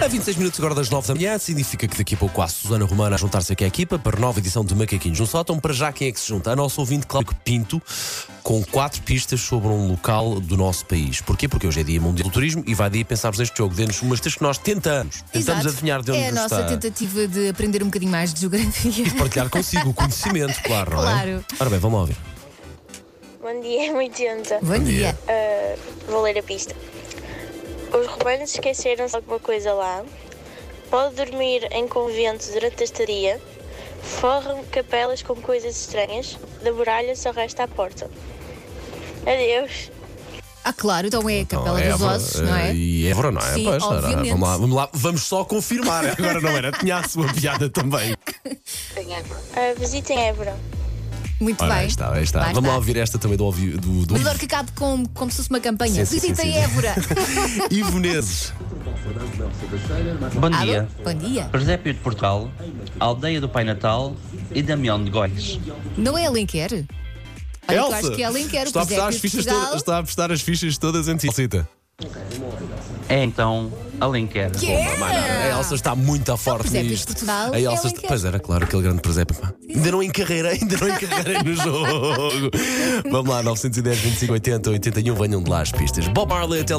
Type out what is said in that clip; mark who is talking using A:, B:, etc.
A: A 26 minutos agora das 9 da manhã, significa que daqui a pouco há a Susana Romana a juntar-se aqui à equipa para nova edição de Macaquinhos no Sótão. Para já, quem é que se junta? A nosso ouvinte Cláudio Pinto, com quatro pistas sobre um local do nosso país. Porquê? Porque hoje é dia mundial do turismo e vai dia pensarmos neste jogo. Dê-nos umas três que nós tentamos. Tentamos
B: Exato.
A: Então adivinhar de onde
B: É a nossa
A: está.
B: tentativa de aprender um bocadinho mais de geografia.
A: Partilhar consigo o conhecimento, claro, não é?
B: Claro.
A: Ora bem, vamos lá ouvir.
C: Bom dia, muito Janta.
B: Bom dia.
A: dia.
C: Ah, vou ler a pista. Os romanos esqueceram-se de alguma coisa lá. Pode dormir em conventos durante a estadia. Forram capelas com coisas estranhas. Da muralha só resta a porta. Adeus.
B: Ah, claro, então é a Capela
A: Não,
B: dos
A: Évora,
B: Ossos, não é?
A: eh, E Évora, não é?
B: Sim,
A: pois, era.
B: obviamente.
A: Vamos, lá, vamos lá, vamos só confirmar. Agora não era, tinha a sua piada também.
C: Ah, visitem Évora.
B: Muito
A: Ora,
B: bem.
A: aí está, aí está.
B: Lá
A: vamos lá ouvir esta também do, ouvi- do, do
B: Adoro que acabe com, como se fosse uma campanha.
A: Sim, sim, sim,
B: Visitem
A: sim.
B: Évora.
A: Ivoneses.
D: Bom
B: Alô?
D: dia.
B: Bom dia.
D: Presépio de Portugal, Aldeia do Pai Natal e Damião de Góis.
B: Não é Alenquer? Olha, que eu acho que é Alenquer.
A: está, a
B: pois é,
A: apostar
B: que
A: as fichas
B: Portugal-
A: todas, está a apostar as fichas todas em ti. Cita.
D: É então Alenquer.
B: Que é?
A: Mas não, a Elsa está muito a forte
B: presépio de
A: nisto.
B: Portugal
A: a
B: é
A: Elsa,
B: Alenquer.
A: pois era, claro, aquele grande presépio. pá. Ainda não encarreirei, ainda não encarreirei no um, jogo. Vamos lá, 910, 25, 80, 81, venham de lá as pistas. Bob Marley até